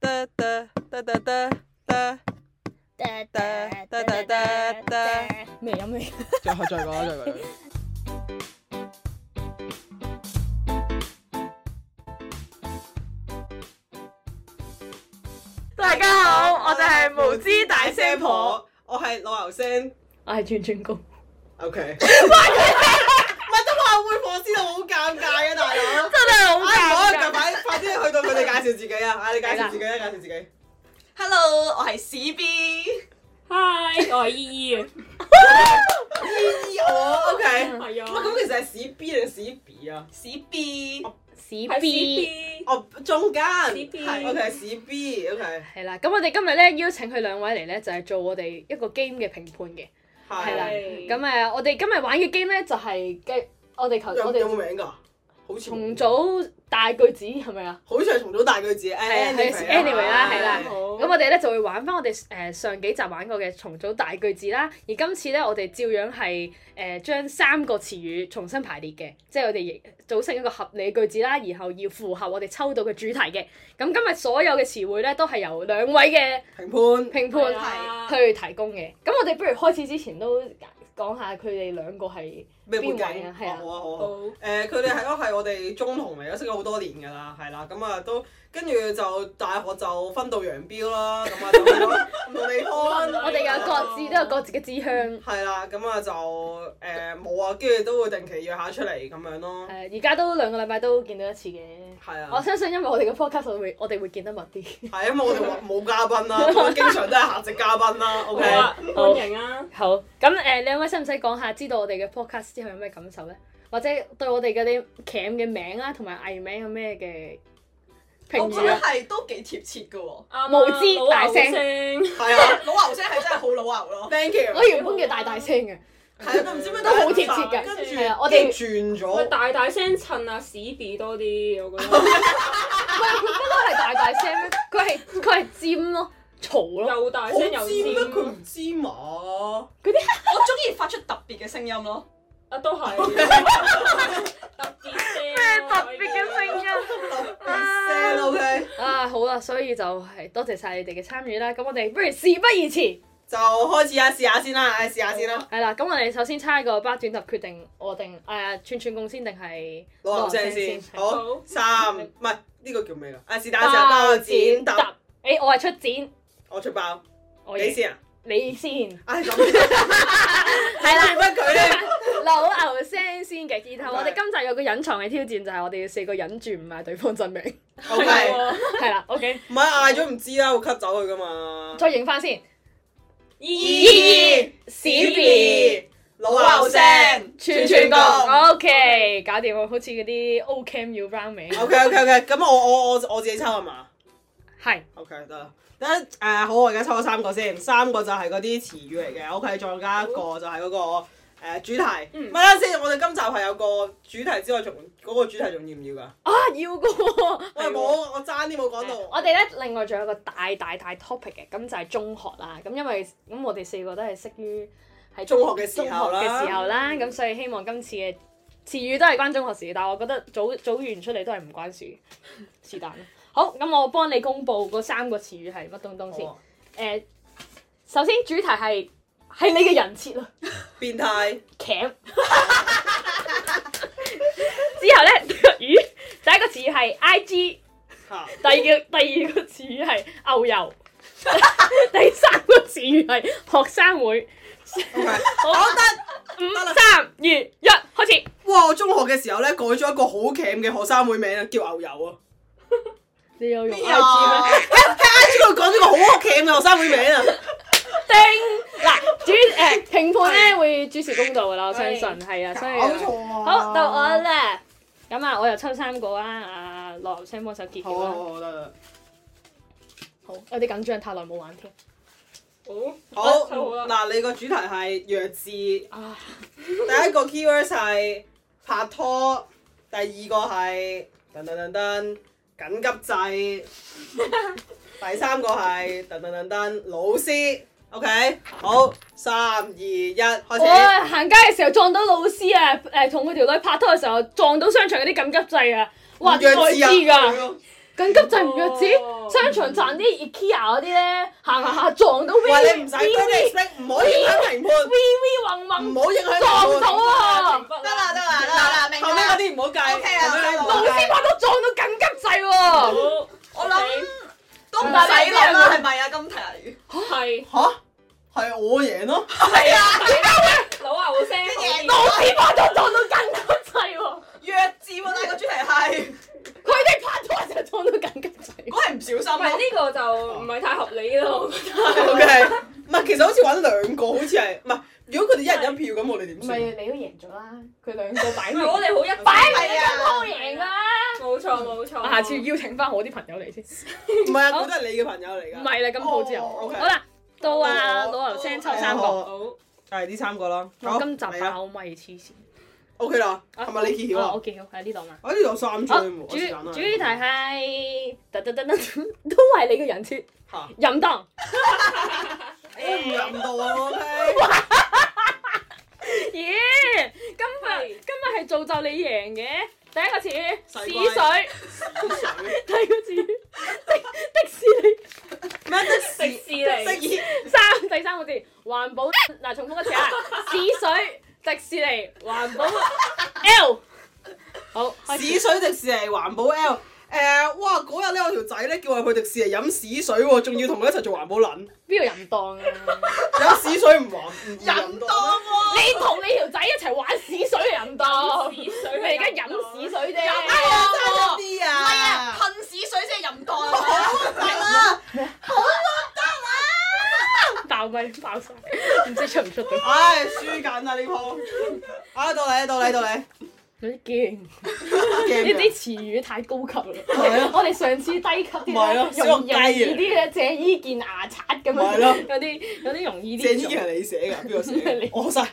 哒哒哒哒哒哒，哒哒哒哒哒啊哒未飲未？再再講啦，再講。大家好，我哋係無知大聲婆，，我係老牛聲。我係轉轉工， O K。喂，唔係都話會放知道好尷尬啊，大佬。真係好哎唔好啊，快快啲去到佢哋介紹自己啊！哎，你介紹自己啦，介紹自己。 Hello，我係史 B。 Hi，我係依依啊，依依我 O K。乜係啊，咁其實係屎 B 定屎 B 啊？史 B，屎係 B。 CP 哦，中間。屎 B O K，屎 B。O K。係啦，咁我哋今日咧邀請佢兩位嚟咧，就係、做我哋一個 game 嘅評判嘅。係啦嗯係咁誒、呃我哋今日玩嘅 game 咧就係、嘅，我哋求有我有冇哋名㗎？好似重，組大句子係咪啊？好似係重組大句啊子。哎係係啊 anyway 啦係啦好咁我哋咧就會玩翻我哋誒、上幾集玩過嘅重組大句子啦，而今次咧我哋照樣係誒、呃將三個詞語重新排列嘅，即係我哋亦組成一個合理句子啦，然後要符合我哋抽到嘅主題嘅。咁今日所有嘅詞彙咧都係由兩位嘅評評判。係判啊去提供嘅。咁我哋不如開始之前都講下佢哋兩個係咩背景？邊位啊係啊哦好啊好啊。好啊好誒佢哋係咯係我哋中同嚟嘅，識咗好多年㗎啦，係啦，咁啊都跟住就大學就分道揚镳啦，咁啊就去 咗唔同地方啦。我哋有各自都有各自嘅志向，誒係啦，咁啊就誒冇啊，跟住都會定期約下出嚟咁樣咯，呃而家都兩個禮拜都見到一次嘅。係我啊，相信因為我哋嘅 podcast 會我哋會見得密啲。係因為我哋 話冇嘉賓啦，我哋經常都係客席嘉賓啦好，OK，啊，好歡迎啊，好，咁誒、兩位使唔使講下知道我哋嘅 podcast 之後有咩感受咧？或者對我哋嗰啲 cam 嘅名啊，同埋藝名有咩嘅評我覺語得啊？係都幾貼切嘅喎。啱啊無知老牛大聲聲，係啊 老牛聲係真係好老牛咯。 ，thank you，我原本叫大大聲嘅，係啊，都唔知咩都好貼切㗎跟住係啊我哋跟住轉喂咗，大大聲襯阿史 B 多啲，我覺得不過係大大聲咩？佢係佢係尖咯，嘈咯，又大我知聲又咩？佢尖，唔知嘛。我中意發出特別嘅聲音咯。啊都係特別聲，咩 音聲 OK， 啊！好啦，所以就係多謝晒你哋嘅參與啦。咁我哋不如事不宜遲，就開始啊，試下先啦，唉，試下先啦，係啦。咁我哋首先猜個巴轉集決定我定誒、串串貢先定係攞牛聲先，好，三，好唔係呢個叫咩㗎？啊，是但上包剪揼，揼誒、我係出剪，我出包，我你贏先啊？你先。唉，咁係係啦，乜佢咧？老牛聲啊先嘅。然後我哋今集有個隱藏嘅挑戰，就係我哋要四個忍住唔嗌對方真 名。 O 係 K，喎，係啦，OK，唔係嗌咗唔知啦，會 cut 走佢㗎嘛。再影翻先。咦，史老牛聲串串串共貢，OK，搞掂喎，好似嗰啲 O Cam 要 round 名。 ，O K O K O K，咁我我我我自己抽係嘛係， ？O K 得啦，得誒好，我而家抽咗三個先，三個就係嗰啲詞語嚟嘅，O K，再加一個就係嗰個。誒主題，嗯唔係啦先，我哋今集係有個主題之外，仲嗰個主題仲要唔要㗎？啊要嘅喎。喂，冇，啊我爭啲冇講到。 我哋咧，另外仲有一個大大大 topic 嘅，咁就係中學啦。咁因為咁我哋四個都係識於喺中學嘅時候中啦學嘅時候啦，咁所以希望今次嘅詞語都係關中學事，但係我覺得組組完出嚟都係唔關事， 是但啦。好，咁我幫你公佈嗰三個詞語係乜東東先。誒、哦首先主題係係你嘅人設啊，變態，鉗。之後咧， 咦？第一個詞語係 I G。嚇第二個第二個詞語係牛油， 第三個詞語係學生會。 ，OK，好，得五三二一，開始。哇！我中學嘅時候咧，改咗一個好鉗嘅學生會名啊，叫牛油啊。你有用 I 咩啊 G 咩？ I G 佢改咗個好鉗嘅學生會名啊。叮嗱， 主誒評判咧會主持公道噶啦，我相信係啊，所以啊好到我。啦。咁啊，我又抽三個啦，阿羅牛聲幫手結好嘅啊好啦。好得得。好，有啲緊張，太耐冇玩添。好，好收好啦，嗱，你個主題係弱智，第啊，一個 keyword 係拍拖，第二個係噔噔噔噔緊急掣，第三個係噔噔噔噔老師。OK，好，三二一，開我始。行街嘅時候撞到老師啊，誒同佢條女拍拖嘅時候撞到商場嗰啲緊急掣啊，哇，弱智啊我知㗎。咁緊急掣唔弱智，哦商場賺啲 IKEA 嗰啲咧，行行下撞到 V 話 V 你唔使 V 唔好影響評判， V 嗡唔嗡好影響撞評到判。啊！得得啦得啦得啦，明後尾嗰啦。啲唔好計， OK 啦後尾嗰啲唔老好師計話都撞到緊急掣喎，我諗都唔但係使你諗兩啦，個係咪啊？金題係吓，係我贏咯。係 à? 啊，老牛聲好贏啲，老師話都撞到緊急掣喎，弱智喎，但係個主題係佢哋拍拖就撞到緊急掣。嗰係唔小唔心係咯。呢個就唔係太合理咯，我覺得 O K，唔係其實好似揾兩個，好似係唔係？如果佢哋一人一票咁，我哋點唔係算？你都贏咗啦，佢兩個擺唔係我明哋好一擺係明啊都贏㗎啦。冇錯冇錯。我下次邀請翻我啲朋友嚟先。哦唔係啊，好佢都係你嘅朋友嚟㗎。唔係啦，咁好之哦後， ，OK 好啦，到啊到我老牛聲抽係啊三好個，好，就係呢三個咯。我今集嚟啦爆咪黐線， O K 啦，啊係咪你揭曉啊啊我？記好喺呢度嘛。我呢度有三張好，主喎，我時間啦主題係，噔噔噔噔，都係你嘅人設，嚇，淫蕩，我唔諗到啊！O K。咦？今日今日係造就你贏嘅，第一個詞細屎龜水， 第二個詞的的士尼，咩的士迪士尼，的三第三個字環保，嗱重複一次啊，屎水迪士尼 Ờ, 環保 L，好開始屎水迪士尼環保 L。誒、哇！嗰日咧，我條仔咧叫我去迪士尼飲屎水喎，仲要同佢一齊做環保撚，邊度淫蕩啊？飲屎水唔環唔人人多道喎，咩你同你條仔一齊玩屎水嘅淫蕩，你屎水而家飲屎水啫。啊差咗啲唔係啊，啊！噴屎水先係淫蕩啊！爆咪爆晒，唔知出唔出到，唉，輸緊啦呢鋪！啊，到你，到你，到 你！有啲驚。呢呢啲詞語太高級啦係啊。我哋上次低級啲咪咯咧，小容易學雞啲啊咧，借依件牙刷咁咪咯樣，有啲有啲容易啊借呢啲件做。係你寫㗎，邊個寫你 㗎？我晒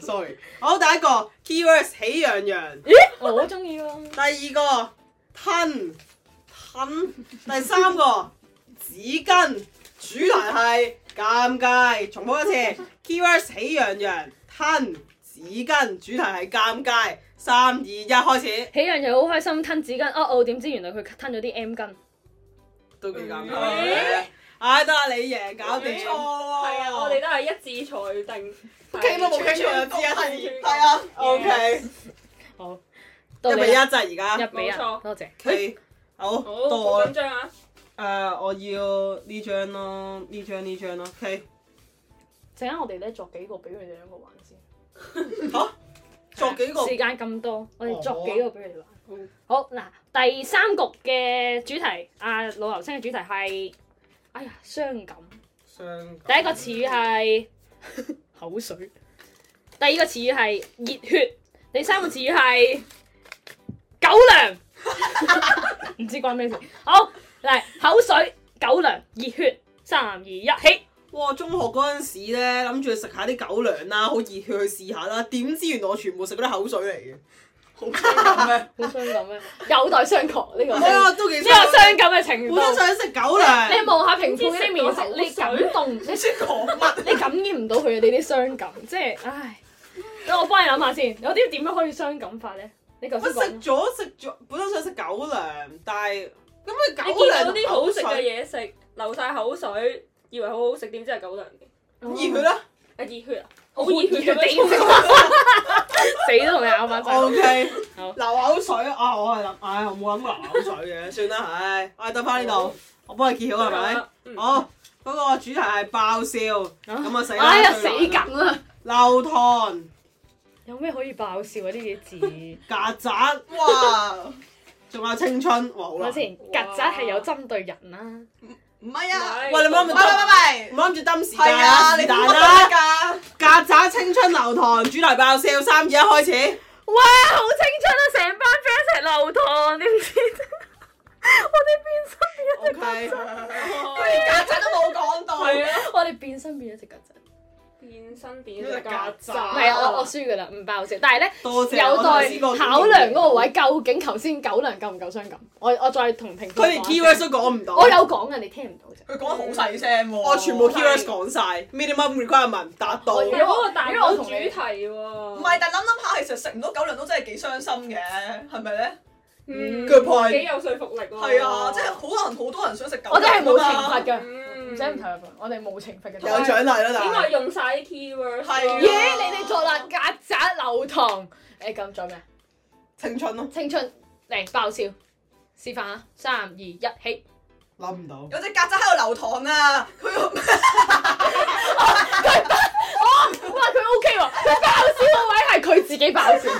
，sorry。好，第一個 keywords 喜羊羊，我中意咯，第二個吞吞，第三個紙巾。主題係尷尬，重複一次 keywords 喜羊羊吞紙巾，主題係尷尬。三二一，開始喜羊羊好開心吞紙巾，哦哦，點知原來佢吞咗啲 M 巾。都幾尷尬咦。唉，得啦，你贏，搞掂。錯咦喎嗯係啊，我哋都係一致裁定。傾都冇傾係過就知啊，係係啊，OK，好，哦到一你比一啊啦咋而家一比一，冇錯多謝。 ，OK，好，好，到好我啦緊張啊！誒，我要呢張咯，呢張呢張咯，OK，陣間我哋咧作幾個俾佢哋兩個玩先。嚇，作幾個哦時間咁多，我哋作幾個俾你玩。好啊好嗱，第三局嘅主題，啊老牛星嘅主題係，哎呀傷感。相第一個詞語 係口水，第二個詞語係熱血，第三個詞語係狗糧。 唔知關咩事。好嚟口水、狗糧、熱血，三二一起。哇！中學嗰陣時咧，諗住食下啲狗糧啦，好熱血去試下啦，點知原來我全部食嗰啲口水嚟嘅，好傷咩？好傷感咩？有待商榷呢個。係呢啊，都幾個傷傷感嘅程本度。身想食狗糧，你望下評判嗰啲面色，你感動，你先講乜？你感染唔到佢哋啲傷感，即係唉。等我幫你諗下先，有啲點樣可以傷感法咧？你頭我先講食咗食咗，本身想食狗糧，但係咁你咪狗見糧到啲同好口食水嘅嘢食，流晒口水，以為好好食，點知係狗糧嘅。哦熱血啦。啊熱血啊！好熱血地咁樣。死都同你咬翻 O 曬。 K，好流口水啊！我係諗，唉，我冇諗過流口水 嘅，算啦，唉，我得翻呢度，我幫你揭曉係咪？嗯好，嗰個主題係爆笑，咁啊死啦！哎呀，死最難梗啦啦！流糖、有咩可以爆笑啊？呢啲 字，曱甴，哇！仲有青春，哇，好我啦。先曱甴係有針對人啊啦，唔係啊，喂，你唔好喂咁喂多，喂唔，好諗住抌時係間啦，啊，你是冇但乜得啦。㗎？曱甴、青春、流糖，主題爆笑，三二一開始。哇！好青春啊！成班 friend 一齊流糖，點 知我 O K，佢曱甴都冇講到，係哋啊！變我哋變身變咗只曱甴。變身變咗曱唔唔甴，係啊，我我輸噶啦，唔爆笑。但係咧，多謝有我頭待先嗰個考量嗰個位，究竟頭先狗糧夠唔夠傷感？我我再同評判佢連講 key 一 words 聲都講唔到。我有講嘅，你聽唔到啫。佢講得好細聲喎。我全部 keywords 講晒 minimum requirement 達到。我有要嗰個大佬因為我主同你題喎。唔係，但諗諗下，其實食唔到狗糧都真係幾傷心嘅，係咪咧？嗯 Ừ. 嗯 Good point à, 幾有說服力喎。係啊，即係好多人好多人想食狗我哋係冇懲法罰嘅，嗯唔使唔投入，我哋冇懲罰嘅。有獎勵啦，應但該係用晒啲 keyword。係啊咦？à. 你哋作啦，曱甴流堂。誒咁仲有咩？青春咯，啊青春嚟爆笑，示範下，三二一起。諗唔到。有隻曱甴喺度流淌啊！佢哇，佢 OK 喎，佢爆笑個位係佢自己爆 笑。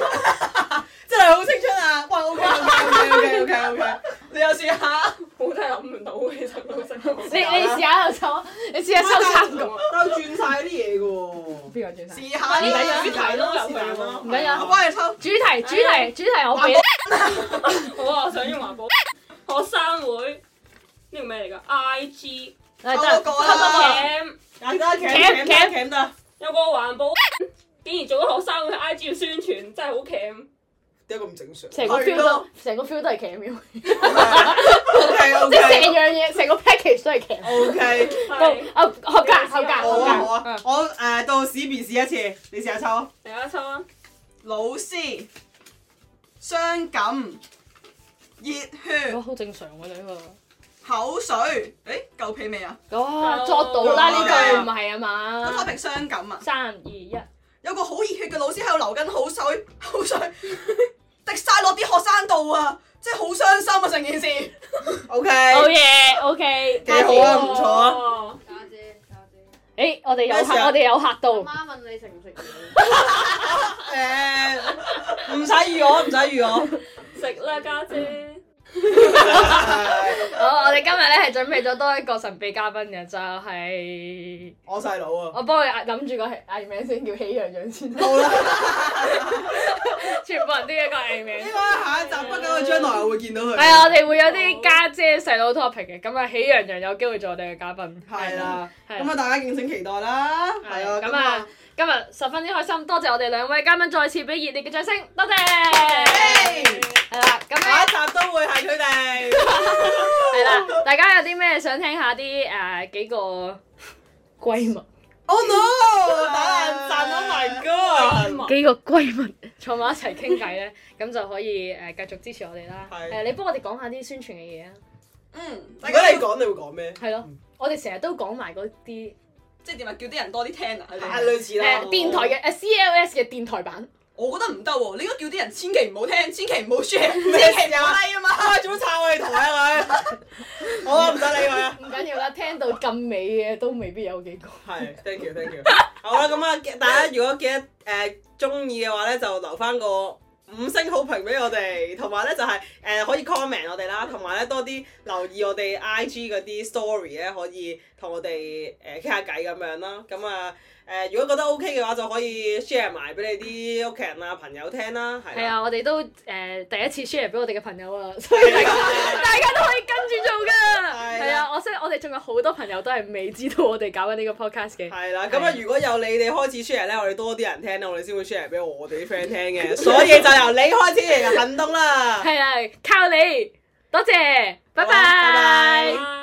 真係好青春啊！哇，OK OK OK OK OK，你又試下，我真係諗唔到，其實老實講。你你試下又抽，你試下收三個。但係轉晒啲嘢嘅喎。邊個轉頭？試下呢呢個主題都有佢喎唔緊要我幫你抽。主題主題主題，我俾好啊，我想 用環保。學生會呢個咩嚟㗎？I G 誒我哎得個啊得啦， cam 簡單鉗鉗鉗鉗鉗得，有個環保，竟然做咗學生會喺 I G 度宣傳，真係好 cam。點解咁正常？成個 feel 係都咯成個 feel 都係騎 喵，即係 OK OK 成樣 嘢成個 package 都係騎。 OK。係，啊合格合格嗯好啊好合格啊。，我誒到屎便試一次，你試下抽。大家抽啊！老師傷感熱血哇，好正常喎呢口水，誒夠皮未啊？個。哇，作到啦呢句唔係啊個嘛。 topic 傷感啊！三二一，有個好熱血嘅老師喺度流緊口水，口水滴晒落啲學生度啊！即係好傷心啊！成件事。 O 好 K，嘢，OK。幾好啊唔錯啊！家姐，家姐，誒，我哋有咩事啊客，我哋有客到。媽問你食唔食嘢？誒唔使預我，唔使預我。食啦，家姐。好，我哋今日咧係準備咗多一個神秘嘉賓嘅，就係、我細佬啊，我幫佢嗌諗住個藝名先，叫喜羊羊 先，好啦，全部人都有一個藝名應。該下一集不久嘅將來我會見到佢。係啊，我哋會有哦啲家姐細佬 topic 嘅，咁啊喜羊羊有機會做我哋嘅嘉賓。係啦，係，咁係啊大家敬請期待啦。係啊，咁啊，今日十分之開心，多謝我哋兩位嘉賓再次俾熱烈嘅掌聲，多謝。嗯 Hey，係啦，咁咧啊下一。集都會係佢哋。係啦，大家有啲咩想聽下啲誒幾個閨蜜？ Oh no！打冷震，Oh my god！幾個閨蜜坐埋一齊傾偈咧，咁就可以呃誒繼續支持我哋啦。係係啊，你幫我哋講下啲宣傳嘅嘢啊。嗯，如大果家你講，你會講咩？係咯，我哋成日都講埋嗰啲即係點啊？叫啲人多啲聽啊！係咪係類似誒啦。電台嘅呃誒 CLS 嘅電台版。我覺得唔得喎，你應該叫啲人千祈唔好聽，千祈唔好 share，千 咩祈事啊唔好 like 啊嘛！啊，做乜撐我哋台啊佢？ 好啊，唔使理佢啊。唔緊要啦，聽到咁尾嘅都未必有幾個。係，thank you，thank you。好啦，咁啊，大家如果記得誒中意嘅話咧，就留翻個五星好評俾我哋，同埋咧就係、誒可以 comment 我哋啦，同埋咧多啲留意我哋 IG 嗰啲 story 咧，可以同我哋誒傾下偈咁樣啦。咁啊誒，如果覺得 OK 嘅話，就可以 share 埋俾你啲屋企人啊、朋友聽啦，係係啦。啊，我哋都誒第一次 share 俾我哋嘅朋友 啊，所以大家大家都可以跟住做㗎。啊係啊，我識我哋仲有好多朋友都係未知道我哋搞緊呢個 podcast 嘅。係啦，咁啊，如果有你哋開始 share 咧，我哋多啲人聽咧，我哋先會 share 俾我哋啲 friend 聽嘅，所以就由你開始行動 啦。係啊，靠你，多謝，拜好啊拜拜拜。拜。